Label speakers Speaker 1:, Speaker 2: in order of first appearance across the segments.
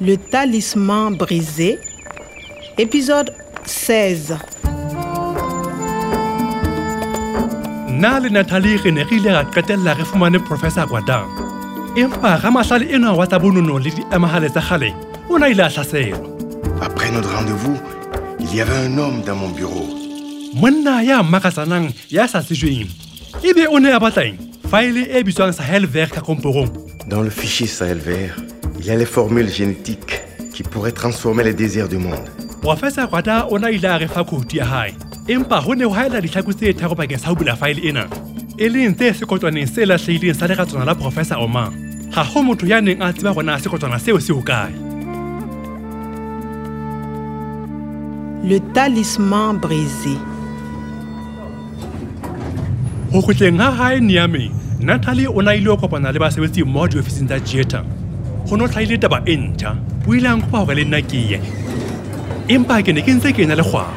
Speaker 1: Le talisman brisé, épisode 16.
Speaker 2: Nali Natali Renegile a katel la refumane Professor Guadin. Empa ramasali ena watabununo lidi amahale zahale. Ona ila sasero.
Speaker 3: Après notre rendez-vous, il y avait un homme dans mon bureau.
Speaker 2: Mwana ya makasanang ya e sasijuim. Ibe one abatain. Faili e biswang sahel ver kakomporon.
Speaker 3: Dans le fichier Sahel vert, il y a les formules génétiques qui pourraient transformer les désirs du monde.
Speaker 2: Professor Guadin ona ila refa koti ya hai. Empa hone ho haela ditlhako tse tharo bakeng sa ho bula faili ena. E leng tse sekotwaneng se lahlehileng sa leratswana la Professor Oman. Ha ho motho ya neng a tseba hona sekotwana seo se hokae.
Speaker 1: Le talisman brisé.
Speaker 2: Ho kgutleng ha hae Niamey, Natalie o na ile ho kopana le basebetsi mmoho diofising tsa Jeta. Ho no hlahile taba e ntjha. O ile a nkopa hore le nna ke ye. Empa ke ne ke ntse ke na le kgwao.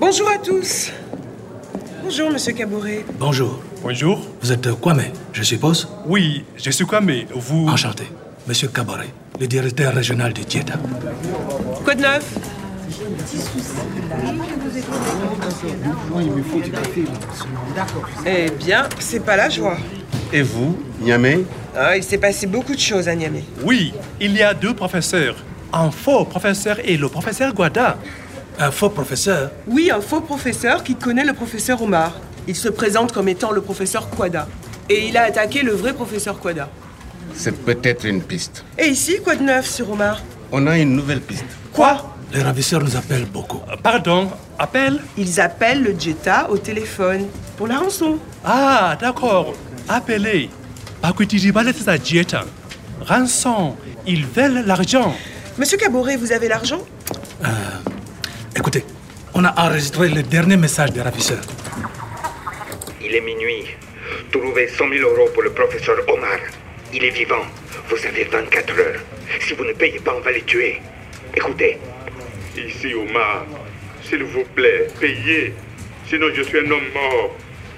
Speaker 4: Bonjour à tous. Bonjour, monsieur Cabouret.
Speaker 5: Bonjour,
Speaker 2: Bonjour.
Speaker 5: vous êtes Kwame, je suppose
Speaker 2: Oui, je suis Kwame. Vous...
Speaker 5: Enchanté. Monsieur Cabaret, le directeur régional de Dieta.
Speaker 4: Quoi de neuf Eh bien, c'est pas la joie.
Speaker 6: Et vous, Niamey
Speaker 4: Ah, il s'est passé beaucoup de choses à Niamey.
Speaker 2: Oui, il y a deux professeurs. Un faux professeur et le professeur Guada.
Speaker 5: Un faux professeur
Speaker 4: Oui, un faux professeur qui connaît le professeur Omar. Il se présente comme étant le professeur Quada. Et il a attaqué le vrai professeur Quada.
Speaker 6: C'est peut-être une piste.
Speaker 4: Et ici, quoi de neuf sur Omar
Speaker 6: On a une nouvelle piste.
Speaker 2: Quoi Euh,
Speaker 5: Les ravisseurs nous appellent beaucoup.
Speaker 2: Pardon, appel
Speaker 4: Ils appellent le Jetta au téléphone pour la rançon.
Speaker 2: Ah, d'accord. Appelez. Bakutiji baletsa Jeta. Rançon, ils veulent l'argent.
Speaker 4: Monsieur Cabouret, vous avez l'argent
Speaker 5: Écoutez, on a enregistré le dernier message des ravisseurs.
Speaker 7: Il est minuit. Trouvez 100 000 euros pour le professeur Omar. Il est vivant. Vous avez 24 heures. Si vous ne payez pas, on va les tuer. Écoutez.
Speaker 8: Ici, Omar, s'il vous plaît, payez. Sinon, je suis un homme mort.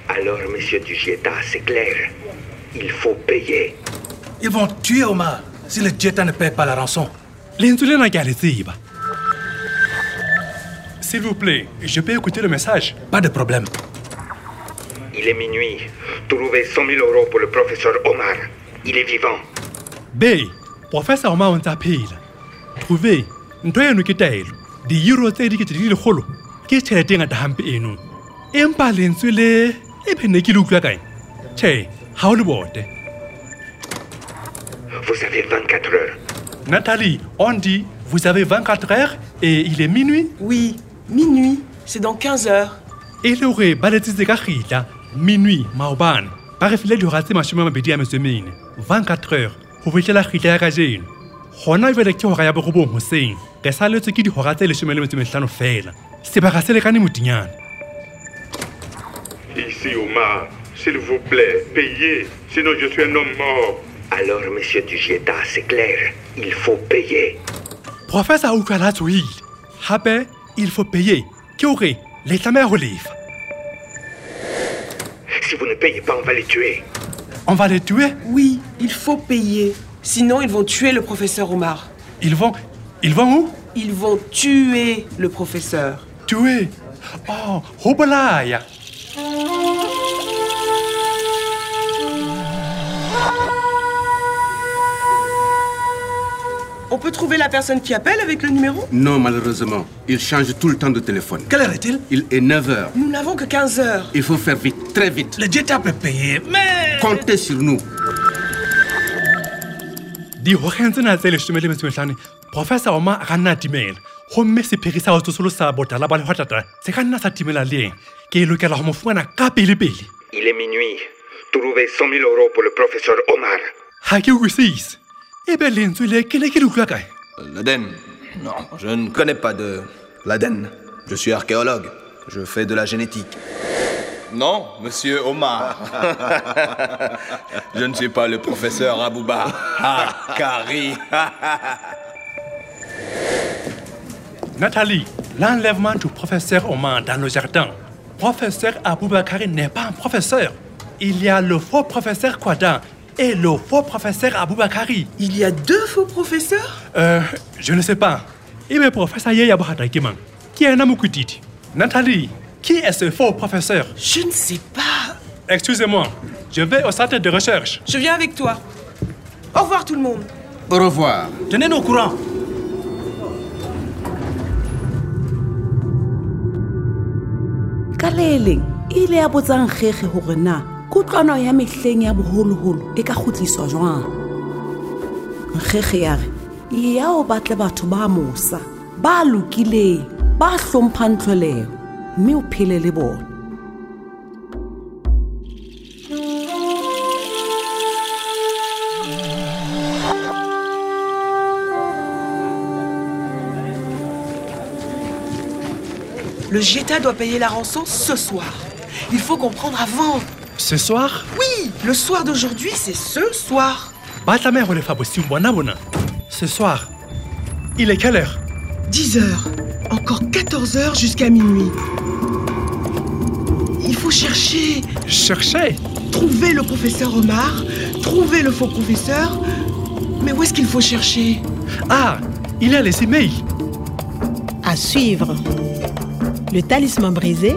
Speaker 7: Alors, monsieur Dugieta, c'est clair. Il faut payer.
Speaker 5: Ils vont tuer Omar si le Dieta ne paye pas la rançon.
Speaker 2: Lentswe lena ke a le tseba. S'il vous plaît, je peux écouter le message.
Speaker 5: Pas de problème.
Speaker 7: Il est minuit. Trouvez 100 000 euros pour le professeur Omar. Il est vivant.
Speaker 2: B. Professeur Omar o ntsa phela. Trouvé. Ntho eno ke taelo. Di-euro tse dikete di lekgolo ke tjhelete e ngata hampe eno. Empa lentswe le le phenne ke le utlwa kae? Tjhe, ha o le bote.
Speaker 7: Vous avez 24 heures.
Speaker 2: Nathalie, on dit, vous avez 24 heures et il est minuit.
Speaker 4: Oui, minuit. C'est dans 15 heures.
Speaker 2: E le hore ba letsitse ka kgitla, minuit maobane. Ba re file dihora tse mashome a mabedi a metso e mene, 24 heures, ho fihlela kgitla ya kajeno. Hona jwale ke hora ya borobong hoseng. Re saletswe ke dihora tse leshome le metso e mehlano feela. Sebaka se lekane modinyana.
Speaker 8: Ici, Omar, s'il vous plaît, payez. Sinon, je suis un homme mort.
Speaker 7: Alors, monsieur Dugieta, c'est clair. Il faut payer.
Speaker 2: Professor a utlwa la tshohile. Hape, il faut payer. Ke hore le tlameha ho lefa.
Speaker 7: Si vous ne payez pas, on va les tuer.
Speaker 2: On va les tuer.
Speaker 4: Oui, il faut payer. Sinon, ils vont tuer le professeur Omar.
Speaker 2: Ils vont... Ils vont où
Speaker 4: Ils vont tuer le professeur.
Speaker 2: Tuer. Oh, ho bolaya.
Speaker 4: On peut trouver la personne qui appelle avec le numéro
Speaker 6: Non, malheureusement. Il change tout le temps de téléphone.
Speaker 5: Quelle heure est-il
Speaker 6: Il est 9h.
Speaker 4: Nous n'avons que 15 heures.
Speaker 6: Il faut faire vite, très vite.
Speaker 5: Le Dieta peut payer, mais...
Speaker 6: Comptez sur nous.
Speaker 2: dihoreng tsena tse leshome le metso e mehlano professor oma a ka nna a timela gomme sephiri sa ho tsosolosa botala ba lehwatata se ka nna sa timela le ena ke lokela ho mo fumana ka pelepele
Speaker 7: Il est minuit. Trouvez 100 000 euros pour le professeur Omar.
Speaker 2: ga ke utlwisise e be lentswe le ke ne ke le utlwa kae
Speaker 9: L'Aden Non, je ne connais pas de l'Aden. Je suis archéologue. Je fais de la génétique. Non, monsieur Omar. je ne suis pas le professeur Abouba. Ah, Kari.
Speaker 2: nathalie l'enlèvement du professeur oman dans le jardin professeur aboubakari n'est pas un professeur il y a le faux professeur quadin est le faux professeur Aboubakari
Speaker 4: Il y a deux faux professeurs
Speaker 2: Euh, je ne sais pas. Et bien, professeur Yaya Bohatakiman, qui est un homme dit Nathalie, qui est ce faux professeur
Speaker 4: Je ne sais pas.
Speaker 2: Excusez-moi, je vais au centre de recherche.
Speaker 4: Je viens avec toi. Au revoir tout le monde.
Speaker 6: Au revoir.
Speaker 5: Tenez-nous au courant.
Speaker 10: ka le leng e ile ya botsang kgege gore na kutlwano ya metlheng ya boholoholo e ka kgutliswa jwang nkgege ya re e ya o batle batho ba mosa ba lokileng ba hlomphang tlholego mme o phele le bona
Speaker 4: Le Jetta doit payer la rançon ce soir. Il faut comprendre avant.
Speaker 2: Ce soir,
Speaker 4: Oui, le soir d'aujourd'hui, c'est ce soir.
Speaker 2: Batame Rolefa Bossimbonabona. Ce soir, il est quelle heure
Speaker 4: 10 heures. Encore 14 heures jusqu'à minuit. Il faut chercher,
Speaker 2: Cherchez
Speaker 4: trouver le professeur Omar, trouver le faux professeur. Mais où est-ce qu'il faut chercher
Speaker 2: Ah, il y a les emails.
Speaker 1: À suivre. Le Talisman brisé,